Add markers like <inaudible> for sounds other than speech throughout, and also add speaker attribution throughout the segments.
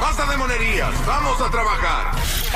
Speaker 1: Basta de monerías, vamos a trabajar.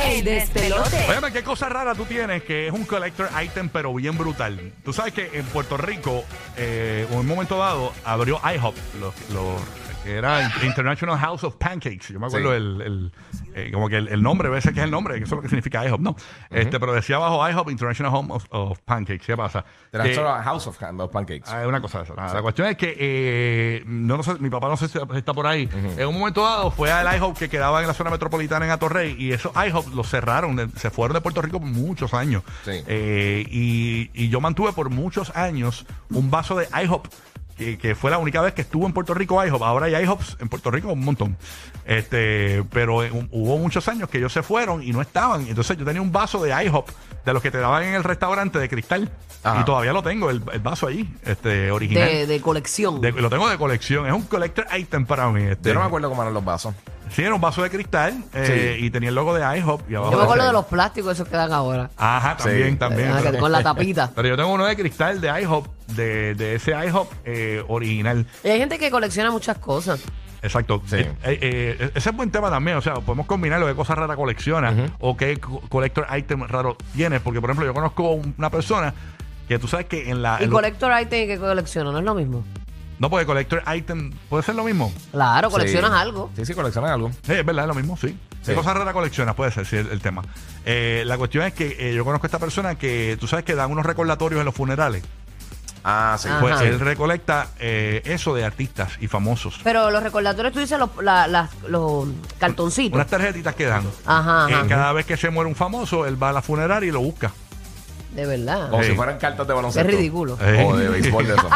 Speaker 2: El despelote.
Speaker 3: Óyeme, qué cosa rara tú tienes que es un collector item, pero bien brutal. Tú sabes que en Puerto Rico, eh, en un momento dado, abrió IHOP, lo, lo- era International House of Pancakes. Yo me acuerdo
Speaker 4: Sí.
Speaker 3: el, el, eh, como que el, el nombre, a veces que es el nombre, que eso es lo que significa IHOP, ¿no? este, pero decía abajo IHOP International Home of, of Pancakes. ¿Qué pasa?
Speaker 4: Era
Speaker 3: Que-
Speaker 4: solo House of, Hand- of Pancakes.
Speaker 3: Ah, es una cosa de esa. Nada, La cuestión es que eh, no, no sé, mi papá no sé si está por ahí. En un momento dado fue al IHOP que quedaba en la zona metropolitana en Atorrey y esos IHOP los cerraron, de- se fueron de Puerto Rico por muchos años.
Speaker 4: Sí.
Speaker 3: Eh, y, y yo mantuve por muchos años un vaso de IHOP. Que, que fue la única vez que estuvo en Puerto Rico IHOP. Ahora hay IHOPs en Puerto Rico un montón. Este, pero eh, hu- hubo muchos años que ellos se fueron y no estaban. Entonces yo tenía un vaso de IHOP de los que te daban en el restaurante de cristal.
Speaker 4: Ajá.
Speaker 3: Y todavía lo tengo, el, el vaso ahí, este, original.
Speaker 2: De, de colección.
Speaker 3: De- lo tengo de colección, es un collector item para mí. Este.
Speaker 4: Yo no me acuerdo cómo eran los vasos.
Speaker 3: Sí, era un vaso de cristal eh, y tenía el logo de IHOP. Y abajo
Speaker 2: Yo me acuerdo
Speaker 3: decía-
Speaker 2: de los plásticos esos que dan ahora.
Speaker 3: Ajá, también,
Speaker 4: Sí.
Speaker 3: también.
Speaker 2: Ah, que-
Speaker 3: pero,
Speaker 2: con la
Speaker 3: <laughs>
Speaker 2: tapita.
Speaker 3: pero yo tengo uno de cristal de IHOP, de, de ese IHOP eh, original.
Speaker 2: Y hay gente que colecciona muchas cosas.
Speaker 3: Exacto.
Speaker 4: Sí.
Speaker 3: Eh, eh, eh, ese es buen tema también. O sea, podemos combinar lo de cosas raras coleccionas o qué co- collector item raro tienes. Porque, por ejemplo, yo conozco una persona que tú sabes que en la.
Speaker 2: Y
Speaker 3: en-
Speaker 2: collector item y que colecciona, ¿no es lo mismo?
Speaker 3: No, porque collector item puede ser lo mismo.
Speaker 2: Claro, coleccionas
Speaker 4: Sí.
Speaker 2: algo.
Speaker 4: Sí, sí, coleccionan algo.
Speaker 3: Sí, es verdad, es lo mismo, sí.
Speaker 4: Sí.
Speaker 3: ¿Qué cosas raras coleccionas? Puede ser, sí, el, el tema. Eh, la cuestión es que eh, yo conozco a esta persona que tú sabes que dan unos recordatorios en los funerales.
Speaker 4: Ah, sí.
Speaker 2: Ajá.
Speaker 3: Pues él recolecta eh, eso de artistas y famosos.
Speaker 2: Pero los recordatorios, tú dices los, la- las- los cartoncitos.
Speaker 3: Unas tarjetitas que dan.
Speaker 2: Ajá,
Speaker 3: Eh,
Speaker 2: ajá.
Speaker 3: cada vez que se muere un famoso, él va a la funeraria y lo busca.
Speaker 2: De verdad.
Speaker 4: Como
Speaker 3: Sí.
Speaker 4: si fueran cartas de
Speaker 2: es
Speaker 4: baloncesto.
Speaker 2: ridículo.
Speaker 3: Oh, Eh.
Speaker 4: O de béisbol de eso.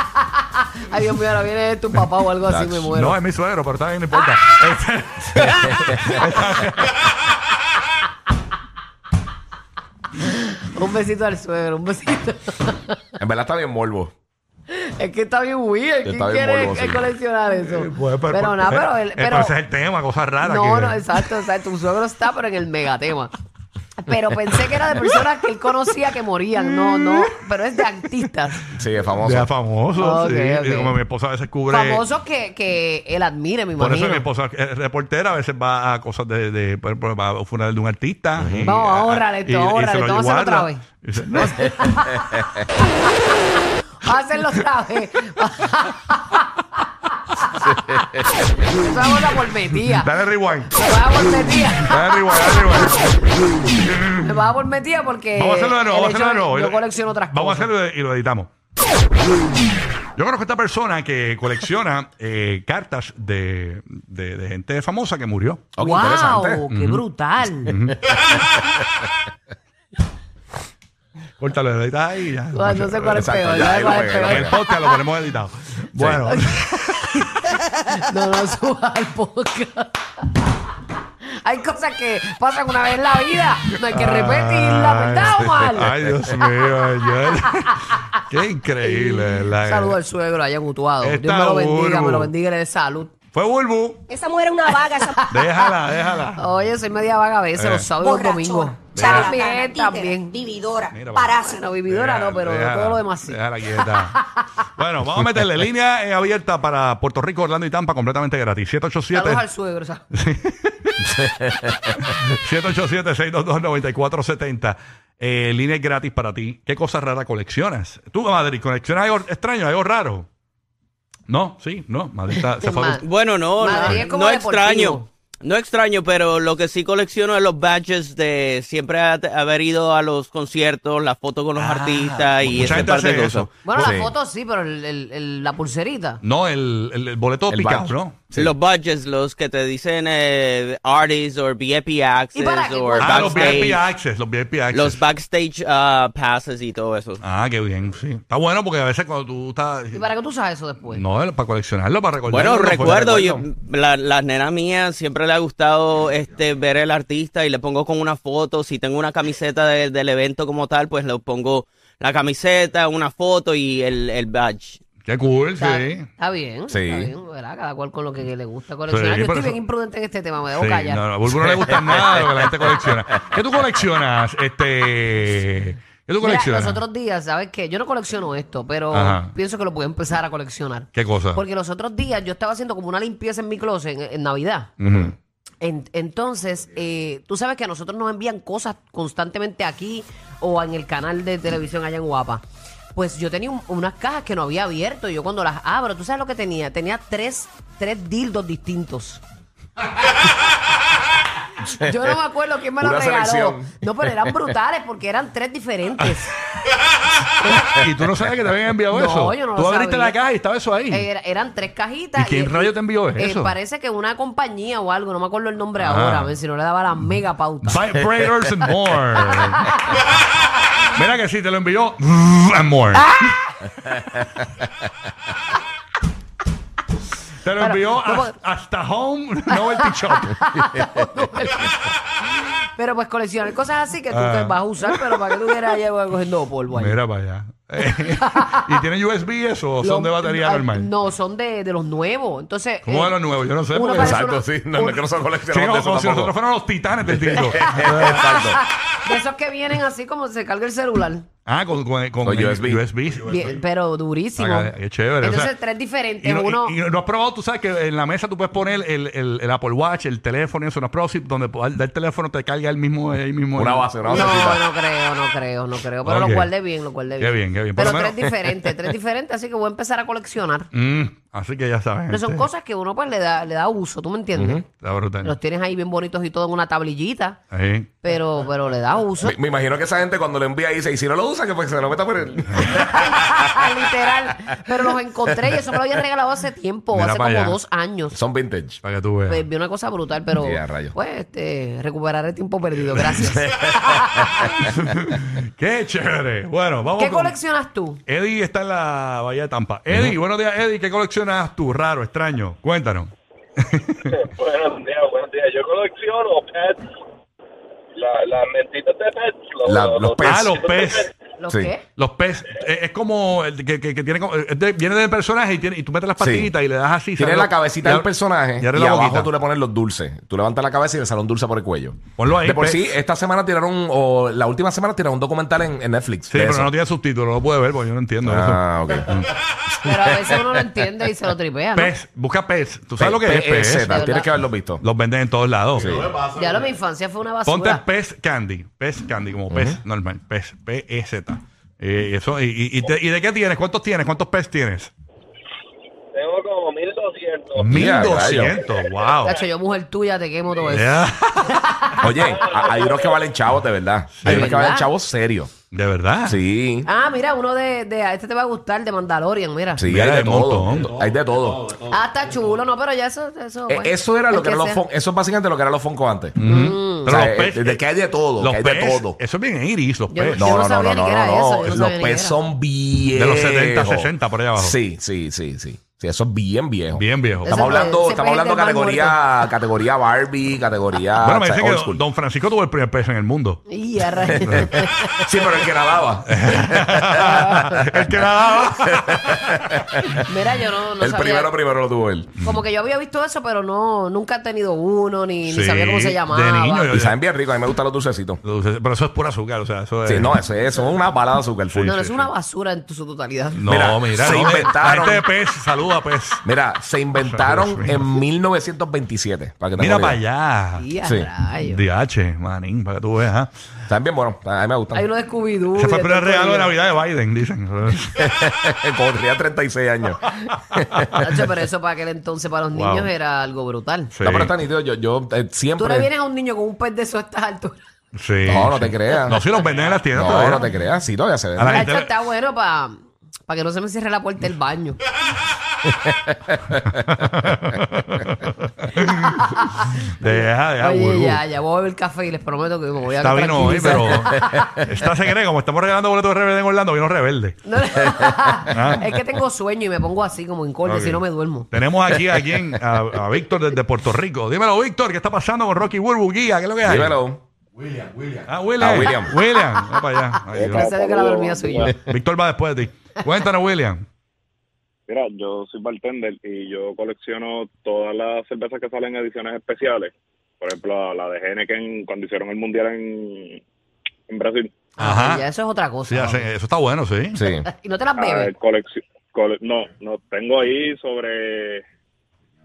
Speaker 2: Ay, Dios mío, ahora viene tu papá o algo así, me muero.
Speaker 3: <laughs> No, eh. es mi suegro, pero también no importa.
Speaker 2: Ah.
Speaker 3: <laughs> Este-
Speaker 2: Un besito al suegro, un besito.
Speaker 4: En verdad está bien morbo.
Speaker 2: es que está bien weird. ¿Quién
Speaker 4: Está bien
Speaker 2: quiere
Speaker 4: morboso,
Speaker 2: eh,
Speaker 4: sí.
Speaker 2: coleccionar eso?
Speaker 3: Pues,
Speaker 2: pero, nada, pero, el-
Speaker 3: eh,
Speaker 2: pero-
Speaker 3: ese es el tema, cosas raras.
Speaker 2: No,
Speaker 3: que-
Speaker 2: no, exacto, o sea, tu suegro está, pero en el megatema. Pero pensé que era de personas que él conocía que morían, no, no, pero es de artistas.
Speaker 4: Sí, es famoso.
Speaker 3: Ya famoso,
Speaker 2: Ok,
Speaker 3: sí. Y
Speaker 2: ok.
Speaker 3: Como mi esposa a veces cubre.
Speaker 2: Famosos que, que él admire, me
Speaker 3: Por eso mi
Speaker 2: imagino.
Speaker 3: esposa es reportera, a veces va a cosas de, de, por ejemplo, va a un funeral de un artista. y-
Speaker 2: Vamos, ahórrale esto,
Speaker 3: y- y se lo
Speaker 2: ahórrale, esto, vamos a hacerlo
Speaker 3: guarda.
Speaker 2: otra vez.
Speaker 3: Y dice, no,
Speaker 2: Hacenlo otra
Speaker 3: <laughs>
Speaker 2: vez. Eso es una pormetía.
Speaker 3: dale rewind.
Speaker 2: Me va a por metía.
Speaker 3: Dale rewind, dale rewind.
Speaker 2: Me va a por metía porque.
Speaker 3: vamos a hacerlo de nuevo,
Speaker 2: el
Speaker 3: vamos a hacerlo de
Speaker 2: hecho-
Speaker 3: nuevo.
Speaker 2: Eh, Yo colecciono otras
Speaker 3: Vamos
Speaker 2: cosas.
Speaker 3: a hacerlo y lo editamos. Yo conozco a esta persona que colecciona eh, cartas de, de, de gente famosa que murió.
Speaker 4: Oh, qué
Speaker 2: ¡Wow!
Speaker 4: interesante.
Speaker 2: ¡Qué brutal!
Speaker 3: Córtalo, lo editas ahí. Ya,
Speaker 2: Bueno, Ah, No sé cuál es
Speaker 4: Exacto,
Speaker 2: peor. no sé
Speaker 4: ya, ahí
Speaker 2: cuál
Speaker 4: lo
Speaker 2: es
Speaker 4: pegué,
Speaker 3: En
Speaker 4: lo
Speaker 2: peor.
Speaker 3: el podcast lo ponemos editado. Bueno,
Speaker 2: No, no subas al podcast. Hay cosas que pasan una vez en la vida. No hay que repetirla, ¿verdad,
Speaker 3: Ay,
Speaker 2: Omar?
Speaker 3: Ah, Ay, Dios mío, ayer.
Speaker 2: <laughs>
Speaker 3: Qué increíble,
Speaker 2: Un
Speaker 3: la
Speaker 2: Saludo al suegro allá en Utuado. Dios me
Speaker 3: Esta
Speaker 2: lo bendiga,
Speaker 3: Urbu.
Speaker 2: me lo bendiga y le dé salud.
Speaker 3: Fue Bulbu.
Speaker 5: Esa mujer es una vaga, esa
Speaker 3: Déjala, déjala.
Speaker 2: Oye, soy media vaga a veces,
Speaker 3: Eh.
Speaker 2: los sábados y los
Speaker 5: borrachona,
Speaker 2: domingos.
Speaker 5: charlatana,
Speaker 2: También,
Speaker 5: títere,
Speaker 2: también.
Speaker 5: vividora,
Speaker 3: Mira,
Speaker 5: parásita.
Speaker 2: Bueno, vividora no, pero
Speaker 3: Déjala,
Speaker 2: todo lo demás sí.
Speaker 3: Déjala
Speaker 2: <laughs>
Speaker 3: quieta. bueno, vamos a meterle línea eh, abierta para Puerto Rico, Orlando y Tampa completamente gratis.
Speaker 2: Saludos
Speaker 3: 787
Speaker 2: al suegro. sa-
Speaker 3: 787-622-9470. Eh, línea es gratis para ti. ¿Qué cosas raras coleccionas? Tú, Madrid, ¿coleccionas algo extraño, algo raro? No, sí, no. Madrid
Speaker 2: <laughs>
Speaker 3: está, se fue.
Speaker 2: Ma-
Speaker 6: Bueno, no,
Speaker 2: Madrid
Speaker 6: no,
Speaker 2: es como
Speaker 6: no
Speaker 2: deportivo.
Speaker 6: extraño. No extraño, pero lo que sí colecciono es los badges de siempre ha- haber ido a los conciertos, las fotos con los artistas y
Speaker 3: Ah, mucha
Speaker 6: ese
Speaker 3: gente
Speaker 6: par de
Speaker 3: hace
Speaker 6: cosas.
Speaker 3: eso.
Speaker 2: Bueno,
Speaker 4: Sí.
Speaker 2: la foto sí, pero el- el- el- la pulserita.
Speaker 3: No, el, el, el boleto
Speaker 4: El
Speaker 3: picado,
Speaker 4: badge.
Speaker 3: ¿no?
Speaker 4: Sí.
Speaker 6: Los badges, los que te dicen eh, artists or VIP access
Speaker 2: ¿Y para qué?
Speaker 6: or
Speaker 3: Ah, los VIP
Speaker 6: backstage,
Speaker 3: Access, los VIP Access.
Speaker 6: los backstage ah, passes y todo eso.
Speaker 3: Ah, qué bien, sí. Está bueno porque a veces cuando tú estás...
Speaker 2: ¿Y para qué tú sabes eso después?
Speaker 3: No, el- para coleccionarlo, para recordarlo.
Speaker 6: Bueno,
Speaker 3: no fue-
Speaker 6: recuerdo, yo, la, la nena mía siempre le ha gustado este ver el artista y le pongo con una foto. Si tengo una camiseta de- del evento como tal, pues le pongo la camiseta, una foto y el, el badge.
Speaker 3: Qué cool,
Speaker 2: Está,
Speaker 3: sí.
Speaker 2: está bien,
Speaker 4: Sí.
Speaker 2: está bien, ¿verdad? Cada cual con lo que le gusta coleccionar.
Speaker 3: Sí,
Speaker 2: Yo
Speaker 3: por
Speaker 2: estoy
Speaker 3: eso-
Speaker 2: bien imprudente en este tema, me debo
Speaker 3: Sí,
Speaker 2: callar.
Speaker 3: no, a Bulbo no le
Speaker 6: <laughs>
Speaker 3: gusta nada de lo que la gente colecciona. ¿Qué tú coleccionas? Este... ¿Qué tú
Speaker 2: Mira,
Speaker 3: coleccionas?
Speaker 2: los otros días, ¿sabes qué? Yo no colecciono esto, pero
Speaker 3: Ajá.
Speaker 2: pienso que lo voy a empezar a coleccionar.
Speaker 3: ¿Qué cosa?
Speaker 2: Porque los otros días yo estaba haciendo como una limpieza en mi closet en, en Navidad.
Speaker 3: Ujú.
Speaker 2: En- entonces, eh, tú sabes que a nosotros nos envían cosas constantemente aquí o en el canal de televisión allá en Guapa. Pues yo tenía un- unas cajas que no había abierto. y Yo cuando las abro, ¿tú sabes lo que tenía? Tenía tres, tres dildos distintos. Yo no me acuerdo quién me los
Speaker 4: Pura
Speaker 2: regaló.
Speaker 4: selección.
Speaker 2: No, pero eran brutales porque eran tres diferentes.
Speaker 3: y tú no sabes que te habían enviado
Speaker 2: <laughs> No,
Speaker 3: eso.
Speaker 2: yo no
Speaker 3: tú
Speaker 2: lo
Speaker 3: abriste
Speaker 2: sabía. Eh,
Speaker 3: la caja y estaba eso ahí.
Speaker 2: Era- eran tres cajitas.
Speaker 3: ¿Y quién rayo te envió
Speaker 2: eh,
Speaker 3: eso?
Speaker 2: parece que una compañía o algo, no me acuerdo el nombre
Speaker 3: Ah.
Speaker 2: ahora, a ver si no le daba la mega
Speaker 3: <laughs>
Speaker 2: pauta.
Speaker 3: Vibrators and
Speaker 2: <laughs>
Speaker 3: more. Mira que sí, te lo envió and more.
Speaker 2: Ah.
Speaker 3: Te lo
Speaker 2: Pero,
Speaker 3: envió
Speaker 2: ¿cómo?
Speaker 3: hasta, hasta home, novelty shop.
Speaker 2: Pero pues coleccionar cosas así que tú
Speaker 3: Ah.
Speaker 2: te vas a usar, pero para que tú quieras ya voy cogiendo polvo ahí.
Speaker 3: Mira para allá. Eh, <laughs> ¿Y tienen USB eso o son de
Speaker 2: Los-
Speaker 3: batería
Speaker 2: ah,
Speaker 3: normal?
Speaker 2: No, son de, de los nuevos. Entonces,
Speaker 3: ¿Cómo
Speaker 2: eh,
Speaker 3: de los nuevos? Yo no sé.
Speaker 2: uno
Speaker 3: porque-
Speaker 2: parece
Speaker 4: Exacto,
Speaker 2: una-
Speaker 4: sí. No, no, que no son
Speaker 3: Sí, como-
Speaker 4: coleccionados de eso
Speaker 3: como si nosotros
Speaker 4: tampoco.
Speaker 3: fuéramos los titanes del
Speaker 4: <laughs>
Speaker 3: disco.
Speaker 4: Exacto.
Speaker 2: de esos que vienen así como se carga el celular.
Speaker 3: ah, con, con, con
Speaker 4: Con
Speaker 3: el
Speaker 4: USB.
Speaker 3: Pues
Speaker 2: Bien, pero durísimo.
Speaker 3: Acá, es chévere, o
Speaker 2: Entonces,
Speaker 3: sea,
Speaker 2: tres diferentes.
Speaker 3: Y no,
Speaker 2: uno.
Speaker 3: y- y no has probado, tú sabes que en la mesa tú puedes poner el, el, el Apple Watch, el teléfono y eso, no has probado si donde al- del teléfono te carga el mismo, el mismo
Speaker 4: Una base, una
Speaker 2: No,
Speaker 4: base.
Speaker 2: no creo, no creo, no creo. Pero
Speaker 3: Ok.
Speaker 2: lo guardé bien, lo guardé
Speaker 3: Qué
Speaker 2: bien.
Speaker 3: bien, qué bien. Por
Speaker 2: Pero
Speaker 3: lo
Speaker 2: tres
Speaker 3: menos-
Speaker 2: diferentes, tres diferentes, así que voy a empezar a coleccionar.
Speaker 3: Mm, así que ya sabes.
Speaker 2: Pero son
Speaker 3: gente,
Speaker 2: cosas que uno pues le da, le da uso, ¿tú me entiendes?
Speaker 3: Está brutal.
Speaker 2: Los tienes ahí bien bonitos y todo en una tablillita,
Speaker 3: Ahí.
Speaker 2: pero, pero le da uso.
Speaker 4: Me, me imagino que esa gente cuando lo envía dice, y si no lo usa, que pues se lo meta por
Speaker 2: <laughs>
Speaker 4: el...
Speaker 2: Literal. Pero los encontré y eso me lo habían regalado hace tiempo,
Speaker 3: Mira
Speaker 2: hace
Speaker 3: pa'
Speaker 2: como
Speaker 3: allá.
Speaker 2: dos años.
Speaker 4: Son vintage.
Speaker 3: Para que tú veas.
Speaker 2: Pues, vi una cosa brutal, pero
Speaker 4: Ya, rayos.
Speaker 2: pues este, recuperaré tiempo perdido, gracias.
Speaker 3: <laughs> Qué chévere. Bueno,
Speaker 2: <laughs>
Speaker 3: vamos
Speaker 2: ¿Qué
Speaker 3: con...
Speaker 2: coleccionas tú?
Speaker 3: Eddie está en la Bahía de Tampa. Eddie, buenos días, Eddie. ¿Qué coleccionas tú? Raro, extraño. Cuéntanos.
Speaker 5: Buenos días, buenos días. Yo colecciono pets. La- Las mentitas de pets. los-
Speaker 4: La- los pets.
Speaker 3: Ah, los pez.
Speaker 2: ¿Los
Speaker 4: Sí.
Speaker 2: qué?
Speaker 3: Los pez. eh, Es, como el que, que- que tiene como- es de- viene del personaje y, tiene, y tú metes las
Speaker 4: Sí.
Speaker 3: patitas y le das así.
Speaker 4: Tiene
Speaker 3: sale
Speaker 4: la
Speaker 3: lo-
Speaker 4: cabecita
Speaker 3: y
Speaker 4: del
Speaker 3: abre-
Speaker 4: personaje y,
Speaker 3: Y abre la boquita.
Speaker 4: abajo tú le pones los dulces. Tú levantas la cabeza y le sale un dulce por el cuello.
Speaker 3: Ponlo ahí,
Speaker 4: De por
Speaker 3: pe-
Speaker 4: sí, esta semana tiraron, o la última semana tiraron un documental en, en Netflix.
Speaker 3: Sí,
Speaker 4: de
Speaker 3: pero
Speaker 4: eso.
Speaker 3: no tiene subtítulos, no puede ver porque yo no entiendo eso.
Speaker 4: Ah, ok.
Speaker 2: Pero a veces uno lo entiende y se lo tripea, ¿no?
Speaker 3: PES, busca PES. ¿Tú sabes lo que es PES?
Speaker 4: PZ,
Speaker 2: ¿verdad?
Speaker 4: Tienes que haberlo visto.
Speaker 3: Los venden en todos lados.
Speaker 2: Ya lo mi infancia fue una
Speaker 3: Ponte
Speaker 2: basura.
Speaker 3: PES Candy. PES Candy, como PES normal. PES, PEZ. E Eh, eso, y, y- y te- ¿y de qué tienes? ¿Cuántos tienes? ¿Cuántos PES tienes?
Speaker 5: Tengo como 1200.
Speaker 4: Mira,
Speaker 3: 1200. Wow.
Speaker 2: Cacho, yo mujer tuya te quemo todo eso.
Speaker 3: Yeah.
Speaker 4: Oye, a- hay unos que valen chavos, de verdad. Hay unos que
Speaker 2: ¿Verdad?
Speaker 4: valen chavos serios.
Speaker 3: De verdad.
Speaker 4: Sí.
Speaker 2: Ah, mira, uno de, de... a Este te va a gustar, de Mandalorian, mira.
Speaker 4: Sí,
Speaker 3: Mira,
Speaker 4: hay
Speaker 3: hay
Speaker 4: de
Speaker 3: montón.
Speaker 4: todo. Hay de todo.
Speaker 2: Ah, está chulo, no, pero ya eso... Eso,
Speaker 4: Eh,
Speaker 2: Oh, bueno,
Speaker 4: Eso era
Speaker 2: el
Speaker 4: lo que eran los
Speaker 2: sea.
Speaker 4: fon- Eso es básicamente lo que eran los foncos antes.
Speaker 3: Pero
Speaker 4: O sea,
Speaker 3: los
Speaker 4: eh,
Speaker 3: PES.
Speaker 4: de, de que hay de todo.
Speaker 3: los
Speaker 4: que hay de
Speaker 3: PES,
Speaker 4: todo.
Speaker 3: Eso es bien iris, los
Speaker 2: Yo-
Speaker 3: PES.
Speaker 2: no sabía ni que era eso, yo no
Speaker 4: Los
Speaker 2: sabía ni que
Speaker 4: PES
Speaker 2: era.
Speaker 4: son viejos.
Speaker 3: De los 70, 60 por allá abajo.
Speaker 4: Sí, sí, sí, sí. Sí, eso es bien viejo.
Speaker 3: Bien viejo.
Speaker 2: Eso-
Speaker 4: Estamos hablando,
Speaker 2: Ese
Speaker 4: estamos
Speaker 2: PES
Speaker 4: hablando
Speaker 2: del mal
Speaker 4: categoría, categoría Barbie, categoría
Speaker 3: Bueno, me
Speaker 4: o sea,
Speaker 3: dicen
Speaker 4: old
Speaker 3: que
Speaker 4: school.
Speaker 3: Don Francisco tuvo el primer PES en el
Speaker 4: <laughs>
Speaker 3: mundo.
Speaker 2: <laughs>
Speaker 3: <laughs>
Speaker 2: Y a <laughs> rayos.
Speaker 4: Sí, pero el que nadaba.
Speaker 3: el que nadaba.
Speaker 2: Mira, yo no, <laughs> no
Speaker 4: el
Speaker 2: sabía.
Speaker 4: primero primero lo tuvo él.
Speaker 2: Como que yo había visto eso, pero no, nunca he tenido uno, ni,
Speaker 3: Sí,
Speaker 2: ni sabía cómo se
Speaker 3: de
Speaker 2: llamaba.
Speaker 3: niño yo-
Speaker 4: Y saben bien rico, a mí me gustan los dulcecitos.
Speaker 3: Pero eso es pura azúcar, o sea, eso es...
Speaker 4: Sí, no, eso, es- eso es una balada de azúcar full.
Speaker 2: no, no,
Speaker 3: sí,
Speaker 2: es
Speaker 3: sí.
Speaker 2: una basura en tu- su totalidad. <laughs>
Speaker 3: No, mira,
Speaker 4: Mira, se
Speaker 3: no,
Speaker 4: inventaron.
Speaker 3: La gente de PES, saluda
Speaker 4: <laughs>
Speaker 3: PES.
Speaker 4: Mira, se
Speaker 3: Dios
Speaker 4: inventaron
Speaker 3: mío.
Speaker 4: en 1927. Para que tengan
Speaker 3: Mira
Speaker 4: una
Speaker 3: para
Speaker 4: idea.
Speaker 3: allá.
Speaker 2: Y a
Speaker 4: Sí.
Speaker 2: rayos.
Speaker 3: DH, manín, para que tú veas. ¿ah?
Speaker 4: Están bien buenos, a mí me gustan.
Speaker 2: Hay uno de Scooby-Doo.
Speaker 3: Ese fue
Speaker 2: de
Speaker 3: el primer
Speaker 2: todo
Speaker 3: regalo de
Speaker 2: ello.
Speaker 3: Navidad de Biden, dicen.
Speaker 4: <laughs> <laughs> Como tenía 36 años.
Speaker 2: Nacho, pero eso para aquel entonces, para los
Speaker 3: Wow.
Speaker 2: niños, era algo brutal.
Speaker 3: Sí.
Speaker 4: No, pero están nítidos. Yo, yo eh, siempre.
Speaker 2: Tú le vienes a un niño con un pez de eso a estas alturas.
Speaker 3: Sí.
Speaker 4: No, no te creas.
Speaker 3: No, si los venden en las tiendas
Speaker 4: No,
Speaker 3: todavía.
Speaker 4: no te creas. Sí, todavía se
Speaker 3: A la
Speaker 4: ven.
Speaker 3: gente
Speaker 2: Nacho,
Speaker 3: le-
Speaker 2: está bueno para que no se me cierre la puerta del
Speaker 3: <laughs>
Speaker 2: baño.
Speaker 3: Deja, deja,
Speaker 2: Oye,
Speaker 3: burbu.
Speaker 2: ya, ya voy a beber café y les prometo que me voy a
Speaker 3: Está vino hoy,
Speaker 2: tranquilizar.
Speaker 3: pero está se cree, como estamos regalando boletos de rebelde en Orlando, vino rebelde.
Speaker 2: No, no. es que tengo sueño y me pongo así como incordio,
Speaker 3: Ah. Ok.
Speaker 2: si no me duermo.
Speaker 3: Tenemos aquí a quien, a, a Víctor desde Puerto Rico. Dímelo, Víctor, ¿qué está pasando con Rocky Burbu Guía? ¿Qué es lo que hay?
Speaker 4: <laughs> Dímelo.
Speaker 3: Ah, William.
Speaker 4: Ah, William.
Speaker 3: William. Va para allá. Ay, Dios.
Speaker 2: No sé de que la dormida soy yo.
Speaker 3: Víctor va después de ti. Cuéntanos, William.
Speaker 5: Mira, yo soy bartender y yo colecciono todas las cervezas que salen en ediciones especiales. Por ejemplo, la de Heineken cuando hicieron el mundial en, en Brasil.
Speaker 3: Ajá.
Speaker 2: Ya eso es otra cosa.
Speaker 3: Sí, hace- eso está bueno, sí.
Speaker 4: Ah, Sí.
Speaker 2: Y no te las
Speaker 5: Ah,
Speaker 2: bebes.
Speaker 5: coleccio- cole- no, no, tengo ahí sobre,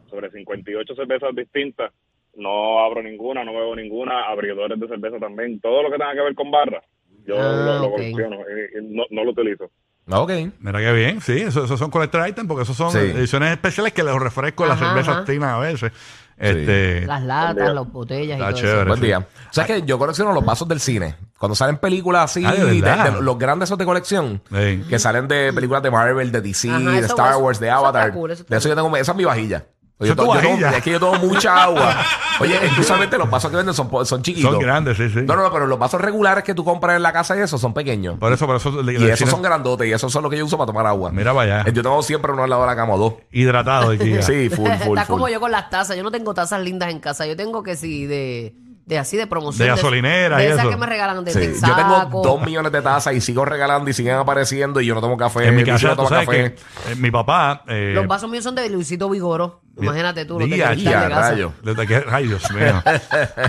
Speaker 5: sobre 58 cervezas distintas. No abro ninguna, no bebo ninguna, abridores de cerveza también, todo lo que tenga que ver con barra, yo
Speaker 2: Ah,
Speaker 5: lo, lo
Speaker 2: ok.
Speaker 5: colecciono, y- y no, no lo utilizo.
Speaker 4: Ah, Ok.
Speaker 3: Mira qué bien, sí, eso- esos son collector items porque esos son
Speaker 4: Sí.
Speaker 3: ediciones especiales que les refresco las
Speaker 2: Ajá,
Speaker 3: cervezas
Speaker 2: ajá.
Speaker 3: tinas a veces. Este,
Speaker 2: Las latas, las botellas y
Speaker 3: Está
Speaker 2: todo
Speaker 3: chévere.
Speaker 2: eso.
Speaker 4: Buen día. O sea, que yo colecciono los vasos del cine. Cuando salen películas así,
Speaker 3: Ah, ¿de
Speaker 4: de-
Speaker 3: verdad?
Speaker 4: de- los grandes esos de colección,
Speaker 3: Sí.
Speaker 4: que salen de películas de Marvel, de DC,
Speaker 2: Ajá,
Speaker 4: de
Speaker 2: eso-
Speaker 4: Star
Speaker 2: eso-
Speaker 4: Wars, de
Speaker 2: eso
Speaker 4: Avatar.
Speaker 2: está cool, eso está
Speaker 4: de eso yo tengo, esa es mi vajilla. Yo
Speaker 3: es tu
Speaker 4: to- yo tomo-
Speaker 3: vajilla.
Speaker 4: es que yo tomo mucha
Speaker 3: <laughs>
Speaker 4: agua. Oye, <laughs> exclusivamente los vasos que venden son, po- son chiquitos.
Speaker 3: Son grandes, sí, sí.
Speaker 4: No, no, no, pero los vasos regulares que tú compras en la casa y esos son pequeños.
Speaker 3: por eso, por eso, le-
Speaker 4: Y
Speaker 3: le-
Speaker 4: esos
Speaker 3: cine-
Speaker 4: son grandotes y esos son los que yo uso para tomar agua. Eh,
Speaker 3: Mira para allá.
Speaker 4: Yo tengo siempre uno al lado de la cama o dos.
Speaker 3: hidratado aquí.
Speaker 4: <laughs>
Speaker 2: <laughs>
Speaker 4: Sí, full, full,
Speaker 2: Está como
Speaker 4: full.
Speaker 2: yo con las tazas. Yo no tengo tazas lindas en casa. Yo tengo que sí de, de así de promoción.
Speaker 3: De gasolineras
Speaker 2: De
Speaker 3: y
Speaker 2: esas
Speaker 3: eso.
Speaker 2: que me regalan de
Speaker 4: Sí. Yo tengo
Speaker 2: Texaco.
Speaker 4: dos millones de tazas y sigo regalando y siguen apareciendo y yo no tomo café.
Speaker 3: En mi
Speaker 4: hijo
Speaker 3: casa,
Speaker 4: no
Speaker 3: tú
Speaker 4: toma
Speaker 3: sabes
Speaker 4: café.
Speaker 3: que eh, mi papá. eh,
Speaker 2: Los vasos míos son de Luisito Vigoro. Imagínate tú, lo tengo
Speaker 3: Día,
Speaker 2: que quitar
Speaker 4: día,
Speaker 2: de casa.
Speaker 4: rayo.
Speaker 3: Desde que- ay, Dios mío.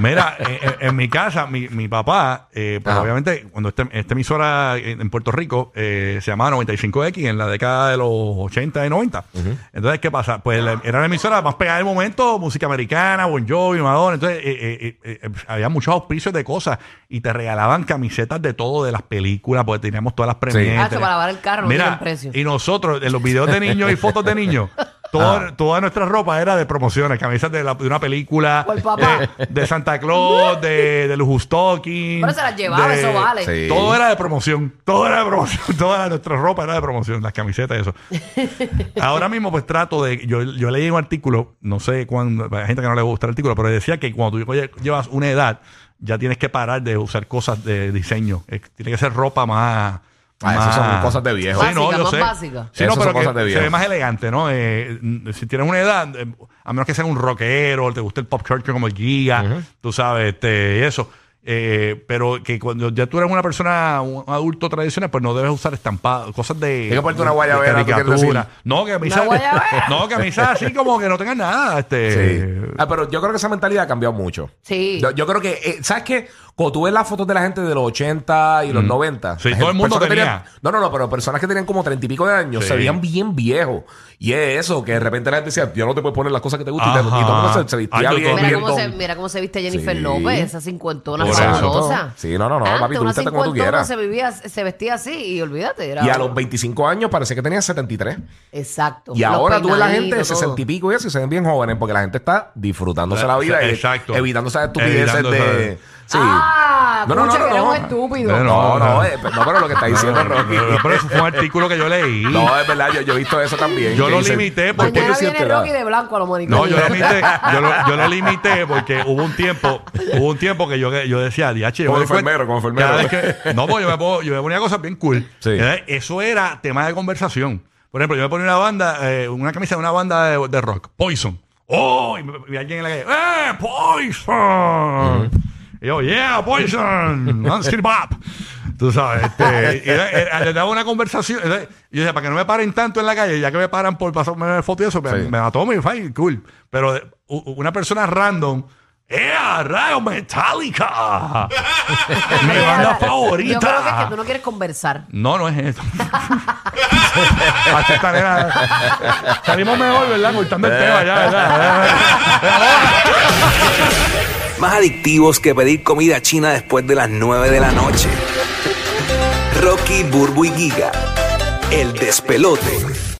Speaker 3: Mira, eh, eh, en, mi casa, mi, mi papá, eh, pues
Speaker 4: Ajá.
Speaker 3: obviamente, cuando este- esta emisora en en Puerto Rico eh, se llamaba 95X en la década de los 80 y 90. Entonces, ¿qué pasa? Pues la- era la emisora más pegada del momento, música americana, Bon Jovi, Madonna. Entonces, eh, eh, eh, eh, había muchos auspicios de cosas y te regalaban camisetas de todo, de las películas, porque teníamos todas las premieres.
Speaker 2: Hacho, Ah, para lavar el carro, no
Speaker 3: Mira,
Speaker 2: tienen precio.
Speaker 3: y nosotros, en los videos de niños y fotos de niños, toda,
Speaker 2: Ah.
Speaker 3: toda nuestra ropa era de promociones, camisas de, la- de una película,
Speaker 2: Por papá.
Speaker 3: De, de Santa Claus, de, de Lujus Talking.
Speaker 2: Pero se las llevaba,
Speaker 3: de-
Speaker 2: eso vale.
Speaker 4: Sí.
Speaker 3: Todo era de promoción, todo era de promoción, <laughs> toda nuestra ropa era de promoción, las camisetas y eso. Ahora mismo pues trato de, yo, yo leí un artículo, no sé cuándo, hay gente que no le gusta el artículo, pero decía que cuando tú lle- llevas una edad, ya tienes que parar de usar cosas de diseño, Eh, tiene que ser ropa más...
Speaker 4: Ah, esas
Speaker 3: más-
Speaker 4: son cosas de viejo.
Speaker 2: Básica,
Speaker 3: no, yo
Speaker 2: más
Speaker 3: sé.
Speaker 2: básica.
Speaker 3: Sí, no, pero
Speaker 4: Esas son cosas
Speaker 3: que
Speaker 4: de
Speaker 3: se ve
Speaker 4: viejo.
Speaker 3: más elegante, ¿no? Eh, n- si tienes una edad, eh, a menos que seas un rockero, te guste el pop culture como el guía, tú sabes, este, y eso. Eh, pero que cuando ya tú eres una persona, un adulto tradicional, pues no debes usar estampado, cosas de.
Speaker 4: que ponerte una
Speaker 3: de
Speaker 4: guayabera, tú quieres
Speaker 3: caricatura.
Speaker 4: decir.
Speaker 3: No, camisa.
Speaker 2: Una guayabera.
Speaker 3: <laughs> No, camisa así como que no tengas nada. Este,
Speaker 4: Sí. Ah, pero yo creo que esa mentalidad ha cambiado mucho.
Speaker 2: Sí.
Speaker 4: Yo, yo creo que, eh, ¿sabes qué? Cuando tú ves las fotos de la gente de los 80 y los 90.
Speaker 3: Sí,
Speaker 4: la
Speaker 3: todo el mundo
Speaker 4: personas que
Speaker 3: tenía.
Speaker 4: tenían- no, no, no, pero personas que tenían como 30 y pico de años
Speaker 3: Sí.
Speaker 4: se veían bien viejos. Y es eso, que de repente la gente decía, yo no te puedo poner las cosas que te gustan. Y, te- y todo el mundo
Speaker 3: Ajá.
Speaker 4: se, se vistía
Speaker 3: Ay, yo
Speaker 4: bien.
Speaker 3: todavía-
Speaker 2: Mira
Speaker 4: bien
Speaker 2: cómo, se,
Speaker 4: don-
Speaker 2: mira cómo se viste Jennifer
Speaker 4: Sí.
Speaker 2: López, esa cincuentona
Speaker 3: Por
Speaker 2: fabulosa.
Speaker 4: eso. Sí, no, no, no,
Speaker 2: Antes,
Speaker 4: papi, tú
Speaker 2: una
Speaker 4: vístete como tú
Speaker 2: cincuentona
Speaker 4: quieras.
Speaker 2: se, vivía, se vestía así y olvídate. Era...
Speaker 4: y a los 25 años parecía que tenía 73.
Speaker 2: Exacto.
Speaker 4: Y
Speaker 2: Los
Speaker 4: ahora tú ves la gente de
Speaker 2: peinaditos,
Speaker 4: 60 y
Speaker 2: todo.
Speaker 4: pico y eso y se ven bien jóvenes porque la gente está disfrutándose la vida y
Speaker 3: Exacto.
Speaker 4: evitando esas estupideces
Speaker 3: Evitando
Speaker 4: de...
Speaker 3: esas-
Speaker 4: Sí.
Speaker 2: Ah,
Speaker 4: No, no,
Speaker 2: escucha,
Speaker 4: no, no,
Speaker 2: que eres
Speaker 4: no.
Speaker 2: un estúpido.
Speaker 3: Bueno,
Speaker 4: No,
Speaker 3: no.
Speaker 4: no, eh, pe- no, pero lo que está diciendo Rocky.
Speaker 3: Pero, pero eso fue un artículo que yo leí.
Speaker 4: No, es verdad, yo, yo he visto eso también.
Speaker 3: Yo
Speaker 4: que
Speaker 3: lo
Speaker 4: dicen,
Speaker 3: limité
Speaker 4: ¿por
Speaker 3: porque-
Speaker 4: qué tú
Speaker 2: Mañana
Speaker 4: sientes
Speaker 2: viene
Speaker 4: edad?
Speaker 2: Rocky de blanco a los manicones. <laughs>
Speaker 3: No, yo lo limité, yo lo, yo lo limité porque hubo un tiempo, hubo un tiempo que yo, yo decía, DH, yo
Speaker 4: Como
Speaker 3: me doy cuenta-
Speaker 4: enfermero, como enfermero.
Speaker 3: cada vez que- <laughs> no, pues yo me, pongo- yo me ponía cosas bien cool.
Speaker 4: Sí.
Speaker 3: Eh, Eso era tema de conversación. Por ejemplo, yo me ponía una banda, eh, una camisa de una banda de, de rock, Poison. ¡Oh! Y, me- y alguien en la calle, ¡eh! ¡Poison! Y yo, ¡yeah! ¡Poison! ¡Monster Bop! Tú sabes, este, y era- era- le daba una conversación. era- yo decía, para que no me paren tanto en la calle, ya que me paran por pasarme fotos y eso, me,
Speaker 4: Sí.
Speaker 3: me la tomo y fine, cool. Pero eh, u- u- una persona random, ¡eh! ¡Rayo Metallica! ¡Mi
Speaker 2: Oye,
Speaker 3: banda
Speaker 2: ahora, Yo creo que es que
Speaker 3: favorita!
Speaker 2: tú no quieres conversar.
Speaker 3: No, no es eso. <laughs> Hasta esta nena- Salimos mejor, ¿verdad? Cortando el tema ya, ¿verdad?
Speaker 7: Más adictivos que pedir comida china después de las 9 de la noche. Rocky, Burbu y Giga. El despelote.